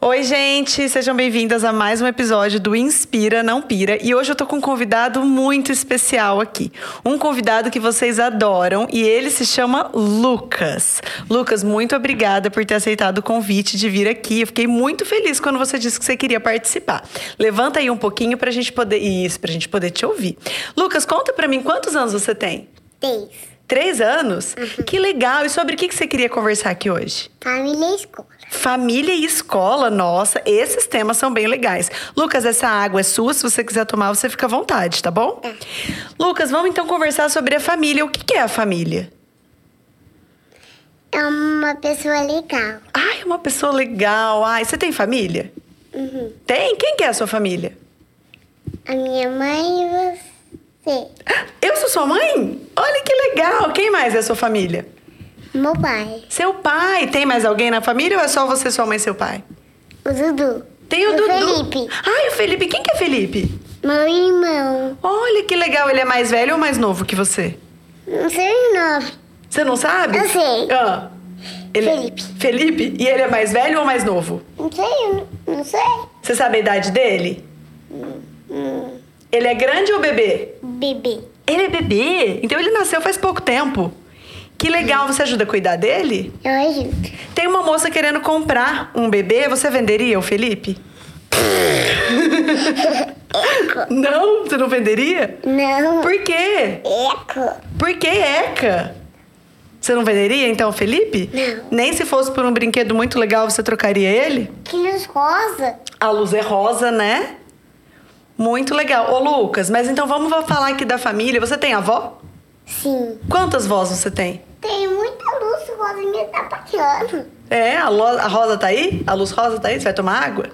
Oi, gente, sejam bem-vindas a mais um episódio do Inspira Não Pira. E hoje eu tô com um convidado muito especial aqui. Um convidado que vocês adoram e ele se chama Lucas. Lucas, muito obrigada por ter aceitado o convite de vir aqui. Eu fiquei muito feliz quando você disse que você queria participar. Levanta aí um pouquinho pra gente poder. Isso, pra gente poder te ouvir. Lucas, conta pra mim quantos anos você tem? Três. Três anos? Que legal! E sobre o que que você queria conversar aqui hoje? Família e tá escola. Família e escola, nossa, esses temas são bem legais. Lucas, essa água é sua, se você quiser tomar, você fica à vontade, tá bom? É. Lucas, vamos então conversar sobre a família. O que que é a família? É uma pessoa legal. Ai, é uma pessoa legal. Ai, você tem família? Uhum. Tem? Quem que é a sua família? A minha mãe e você. Eu sou sua mãe? Olha que legal! Quem mais é a sua família? Meu pai. Seu pai. Tem mais alguém na família ou é só você, sua mãe e seu pai? O Dudu. Tem o, É o Dudu. Felipe. Ai, o Felipe. Quem que é Felipe? Meu irmão. Olha que legal. Ele é mais velho ou mais novo que você? Não sei o nome. Você não sabe? Eu sei. Ah, ele- Felipe. Felipe? E ele é mais velho ou mais novo? Não sei, eu não, não sei. Você sabe a idade dele? Hum, Ele é grande ou bebê? bebê. Ele é bebê? Então ele nasceu faz pouco tempo. Que legal, você ajuda a cuidar dele? Eu ajudo. Tem uma moça querendo comprar um bebê, você venderia o Felipe? não, você não venderia? Não. Por quê? Eco. Por que Eca? Você não venderia então o Felipe? Não. Nem se fosse por um brinquedo muito legal, você trocaria ele? Que nos rosa. A luz é rosa, né? Muito legal. Ô, Lucas, mas então vamos falar aqui da família. Você tem avó? Sim. Quantas vós você tem? Tem muita luz rosa me tá paquerando. É, a, lo- a rosa tá aí? A luz rosa tá aí? Você vai tomar água?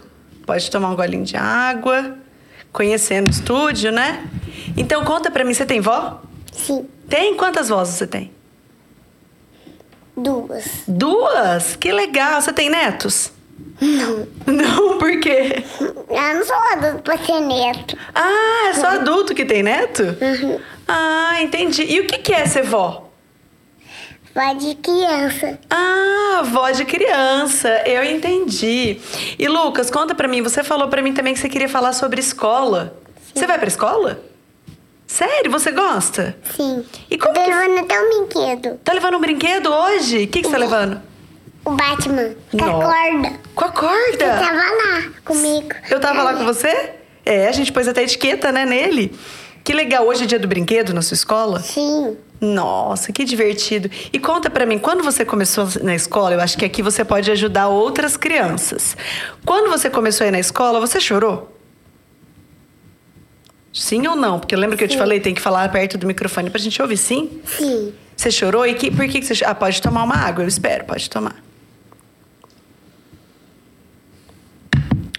Pode tomar um golinho de água. Conhecendo o estúdio, né? Então conta pra mim, você tem vó? Sim. Tem? Quantas vozes você tem? Duas. Duas? Que legal. Você tem netos? Não. Não, por quê? Eu não sou adulto pra ser neto. Ah, é só adulto que tem neto? Uhum. Ah, entendi. E o que que é ser vó? Vai de criança. Ah, avó de criança, eu entendi. E Lucas, conta pra mim, você falou pra mim também que você queria falar sobre escola. Você vai pra escola? Sério, você gosta? Sim. E como Tô que- levando até um brinquedo. Tá levando um brinquedo hoje? O que, que você tá levando? O Batman. Com a Não. corda. Com a Eu corda! tava lá comigo. Eu tava lá com você? É, a gente pôs até etiqueta, né, nele. Que legal, hoje é dia do brinquedo na sua escola? Sim. Nossa, que divertido. E conta pra mim, quando você começou na escola, eu acho que aqui você pode ajudar outras crianças. Quando você começou aí na escola, você chorou? Sim ou não? Porque lembra que eu te Sim. falei, tem que falar perto do microfone pra gente ouvir, sim? Sim. Você chorou e que, por que, que você chorou? Ah, pode tomar uma água, eu espero, pode tomar.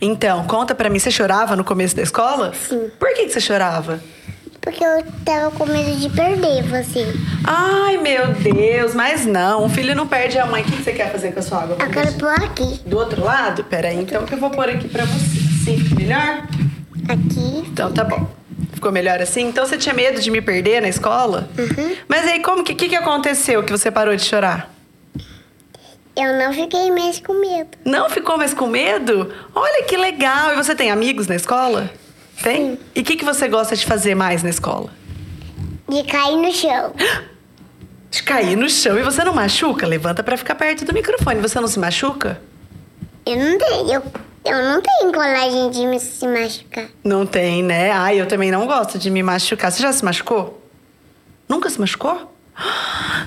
Então, conta pra mim, você chorava no começo da escola? Sim. Por que, que você chorava? Porque eu tava com medo de perder você. Ai, meu Deus, mas não. Um filho não perde a mãe. O que que você quer fazer com a sua água? Eu quero pôr aqui. Do outro lado? Peraí, então que eu vou pôr aqui pra você. Sim, ficou melhor? Aqui. Então tá bom. Ficou melhor assim? Então você tinha medo de me perder na escola? Uhum. Mas aí, como que, que, que aconteceu que você parou de chorar? Eu não fiquei mais com medo. Não ficou mais com medo? Olha que legal! E você tem amigos na escola? Tem? E o que, que você gosta de fazer mais na escola? De cair no chão. De cair no chão e você não machuca? Levanta pra ficar perto do microfone. Você não se machuca? Eu não tenho. Eu, eu não tenho coragem de me se machucar. Não tem, né? Ai, eu também não gosto de me machucar. Você já se machucou? Nunca se machucou?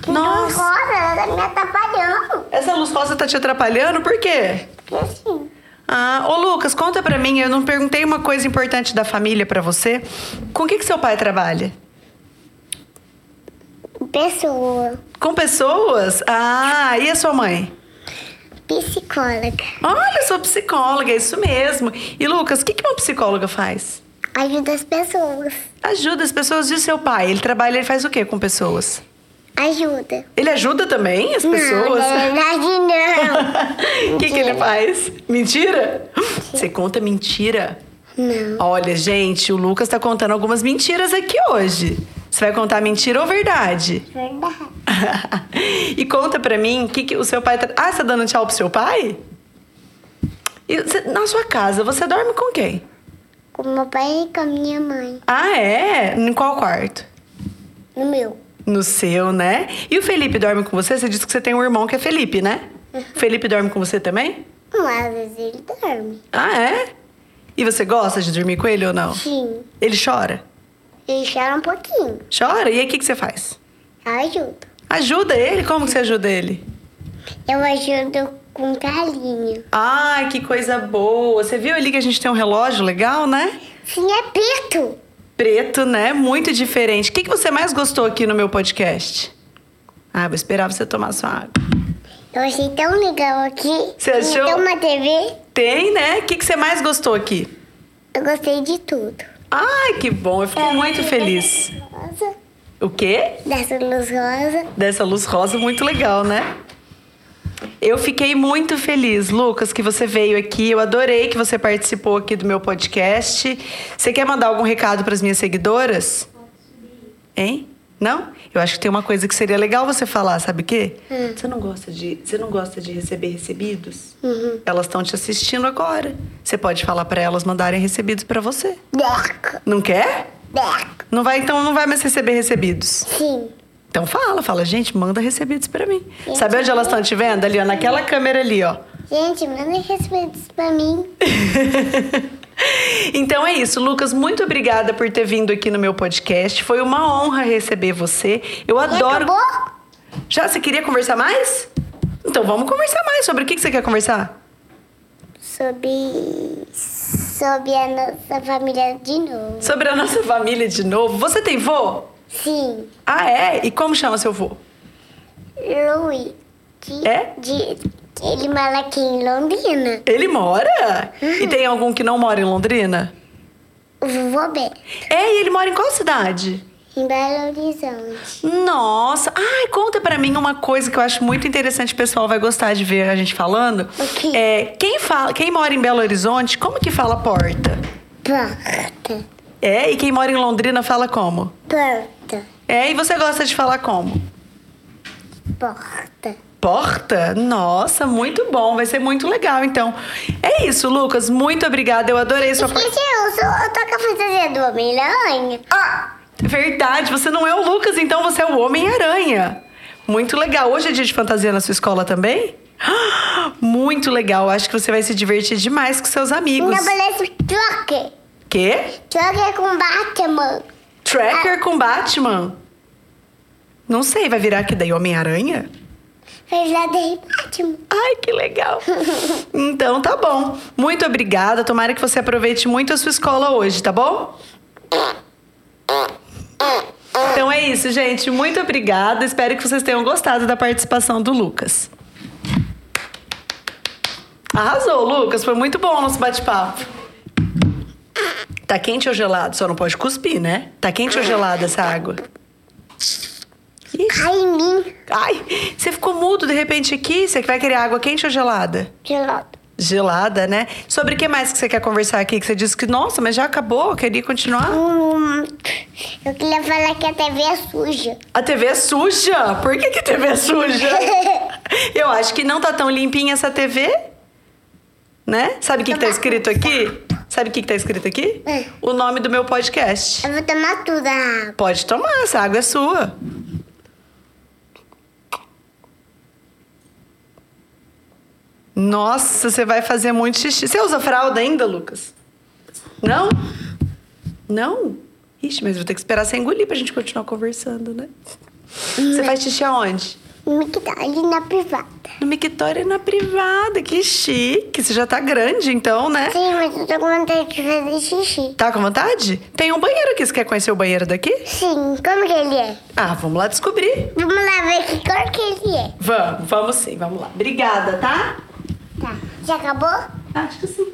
Nossa! Então Agora ela tá me atrapalhando. Essa luz rosa tá te atrapalhando? Por quê? Porque assim. Ah, ô Lucas, conta pra mim. Eu não perguntei uma coisa importante da família pra você. Com o que, que seu pai trabalha? Pessoa. Com pessoas? Ah, e a sua mãe? Psicóloga. Olha, sou psicóloga, é isso mesmo. E Lucas, o que, que uma psicóloga faz? Ajuda as pessoas. Ajuda as pessoas e o seu pai. Ele trabalha, ele faz o quê com pessoas? Ajuda. Ele ajuda também as Hum, Não, pessoas? na verdade, O que, que ele faz? Mentira? Você conta mentira? não. Olha, gente, o Lucas tá contando algumas mentiras aqui hoje. Você vai contar mentira ou verdade? Não. Verdade. e conta pra mim o que, que o seu pai. Tá... Ah, você tá dando tchau pro seu pai? E você- na sua casa, você dorme com quem? Com meu pai e com a minha mãe. Ah, é? Em qual quarto? No meu. No seu, né? E o Felipe dorme com você? Você disse que você tem um irmão que é Felipe, né? O Felipe dorme com você também? Hum, Às vezes ele dorme. Ah, é? E você gosta de dormir com ele ou não? Sim. Ele chora? Ele chora um pouquinho. Chora? E aí o que, que você faz? Eu ajudo. Ajuda ele? Como que você ajuda ele? Eu ajudo com carinho. Ai, que coisa boa! Você viu ali que a gente tem um relógio legal, né? Sim, é preto. Preto, né? Muito diferente. O que, que você mais gostou aqui no meu podcast? Ah, vou esperar você tomar sua água. Eu achei tão legal aqui. Você achou? Tem uma TV. Tem, né? O que, que você mais gostou aqui? Eu gostei de tudo. Ai, que bom! Eu É. fico muito feliz. Rosa. O quê? Dessa luz rosa. Dessa luz rosa, muito legal, né? Eu fiquei muito feliz, Lucas, que você veio aqui. Eu adorei que você participou aqui do meu podcast. Você quer mandar algum recado para as minhas seguidoras? Hein? Não? Eu acho que tem uma coisa que seria legal você falar, sabe o quê? Você não gosta de, você não gosta de receber recebidos? Elas estão te assistindo agora. Você pode falar para elas mandarem recebidos para você. Beco. Não quer? Beco. Não vai então, não vai mais receber recebidos. Sim. Então fala, fala, gente, manda recebidos pra mim. Gente, Sabe onde elas estão te vendo? Ali, ó, naquela câmera ali, ó. Gente, manda respeitos pra mim. Então é isso, Lucas. Muito obrigada por ter vindo aqui no meu podcast. Foi uma honra receber você. Eu E adoro. Acabou? Já você queria conversar mais? Então vamos conversar mais. Sobre o que que você quer conversar? Sobre... Sobre a nossa família de novo. Sobre a nossa família de novo. Você tem vô? Sim. Ah, é? E como chama seu vô? Louis. De, É? De, ele mora aqui em Londrina. Ele mora? Uhum. E tem algum que não mora em Londrina? O vovô Bé. É, e ele mora em qual cidade? Em Belo Horizonte. Nossa! Ai, conta pra mim uma coisa que eu acho muito interessante, o pessoal vai gostar de ver a gente falando. O quê? É, quem fala, quem mora em Belo Horizonte, como que fala porta? Porta. É, e quem mora em Londrina fala como? Porta. É, e você gosta de falar como? Porta. Porta? Nossa, muito bom, vai ser muito legal então. É isso, Lucas, muito obrigada, eu adorei sua par- Esqueci, eu, sou, é eu tô com a fantasia do é Homem-Aranha. Ah, verdade, você não é o Lucas, então você é o Homem-Aranha. Muito legal. Hoje é dia de fantasia na sua escola também? Ah, Muito legal. Acho que você vai se divertir demais com seus amigos. Ainda parece Joker. Quê? Joker com Batman. Tracker com Batman? Não sei, vai virar que daí Homem-Aranha? Verdadeiro Batman. Ai, que legal. Então tá bom. Muito obrigada. Tomara que você aproveite muito a sua escola hoje, tá bom? Então é isso, gente. Muito obrigada. Espero que vocês tenham gostado da participação do Lucas. Arrasou, Lucas. Foi muito bom o nosso bate-papo. Tá quente ou gelado? Só não pode cuspir, né? Tá quente ou gelada essa água? Ixi. Cai em mim. Ai, você ficou mudo de repente aqui? Você que vai querer água quente ou gelada? Gelado. Gelada, né? Sobre o que mais que você quer conversar aqui? Que você disse que, nossa, mas já acabou, eu queria continuar. Hum, eu queria falar que a TV é suja. A TV é suja? Por que, que a TV é suja? Eu acho que não tá tão limpinha essa TV. Né? Sabe o que, que tá escrito aqui? Sabe o que, que tá escrito aqui? É. O nome do meu podcast. Eu vou tomar tudo a água. Pode tomar, essa água é sua. Nossa, você vai fazer muito xixi. Você usa fralda ainda, Lucas? Não? Não? Ixi, mas vou ter que esperar você engolir pra gente continuar conversando, né? Você faz xixi aonde? Me que tá ali na privada. No mictório e na privada. Que chique. Você já tá grande, então, né? Sim, mas eu tô com vontade de fazer xixi. Tá com vontade? Tem um banheiro aqui. Você quer conhecer o banheiro daqui? Sim, como que ele é? Ah, vamos lá descobrir. Vamos lá ver que cor que ele é. Vamos, vamos sim, vamos lá. Obrigada, tá? Tá. Já acabou? Acho que sim.